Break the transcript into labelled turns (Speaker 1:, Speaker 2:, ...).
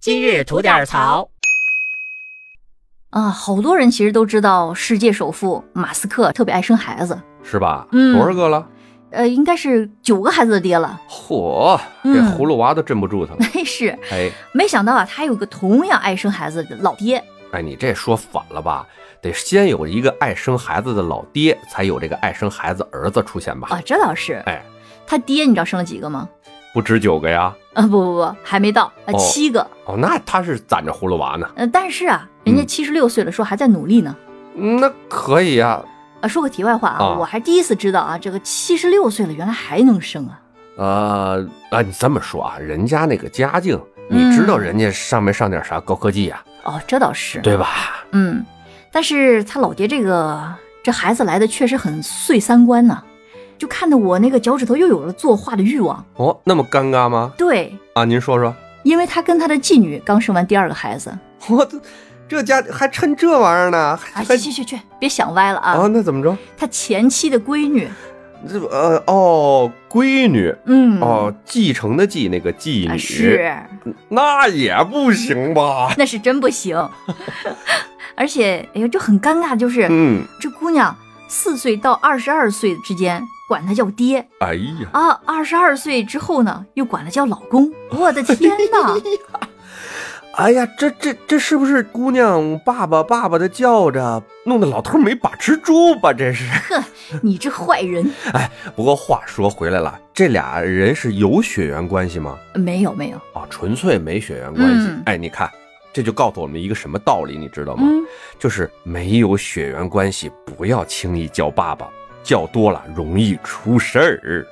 Speaker 1: 今日吐点槽。
Speaker 2: 啊，好多人其实都知道世界首富马斯克特别爱生孩子，
Speaker 3: 是吧？
Speaker 2: 嗯
Speaker 3: 多少个了？
Speaker 2: 呃，应该是九个孩子的爹了。
Speaker 3: 嚯，这
Speaker 2: 嗯
Speaker 3: 葫芦娃都镇不住他了。
Speaker 2: 嘿，是，
Speaker 3: 哎
Speaker 2: 没想到啊，他有个同样爱生孩子的老爹。
Speaker 3: 哎，你这说反了吧？得先有一个爱生孩子的老爹，才有这个爱生孩子儿子出现吧
Speaker 2: 啊，？这倒是。
Speaker 3: 哎，
Speaker 2: 他爹你知道生了几个吗？
Speaker 3: 不止九个呀。
Speaker 2: 啊，不不不，还没到，呃，
Speaker 3: 哦
Speaker 2: 七个。
Speaker 3: 哦，那他是攒着葫芦娃呢。
Speaker 2: 呃，但是啊，人家
Speaker 3: 嗯
Speaker 2: 七十六岁了，说还在努力呢。
Speaker 3: 那可以呀、
Speaker 2: 啊，说个题外话啊，
Speaker 3: 啊
Speaker 2: 我还第一次知道啊，这个七十六岁了，原来还能生啊。
Speaker 3: 呃啊，你这么说啊，人家那个家境，
Speaker 2: 嗯
Speaker 3: 你知道人家上没上点啥高科技呀、
Speaker 2: 哦，这倒是。
Speaker 3: 对吧？
Speaker 2: 嗯，但是他老爹这个这孩子来的确实很碎三观呐，就看得我那个脚趾头又有了作画的欲望。
Speaker 3: 哦，那么尴尬吗？
Speaker 2: 对，
Speaker 3: 啊，您说说，
Speaker 2: 因为他跟他的妓女刚生完第二个孩子
Speaker 3: 我这这家还趁这玩意儿呢，
Speaker 2: 啊，
Speaker 3: 还还
Speaker 2: 去去去去，别想歪了
Speaker 3: 啊？
Speaker 2: 啊！
Speaker 3: 那怎么着？
Speaker 2: 他前妻的闺女，
Speaker 3: 这呃哦，闺女
Speaker 2: 嗯，
Speaker 3: 哦，继承的继那个继
Speaker 2: 啊
Speaker 3: 女，
Speaker 2: 是，
Speaker 3: 那也不行吧？
Speaker 2: 那是真不行。 而且，哎呦，就很尴尬，就是、
Speaker 3: 嗯，
Speaker 2: 这姑娘四岁到二十二岁之间管他叫爹，
Speaker 3: 哎呀，
Speaker 2: 啊，二十二岁之后呢，又管他叫老公。我的天呐！
Speaker 3: 哎呀，这这这是不是姑娘爸爸爸爸的叫着，弄得老头没把持住吧？这是。
Speaker 2: 你这坏人！
Speaker 3: 不过话说回来了，这俩人是有血缘关系吗？
Speaker 2: 没有没有，
Speaker 3: 啊，纯粹没血缘关系。
Speaker 2: 嗯
Speaker 3: 哎，你看，这就告诉我们一个什么道理，你知道吗？
Speaker 2: 嗯，
Speaker 3: 就是没有血缘关系，不要轻易叫爸爸，叫多了容易出事儿。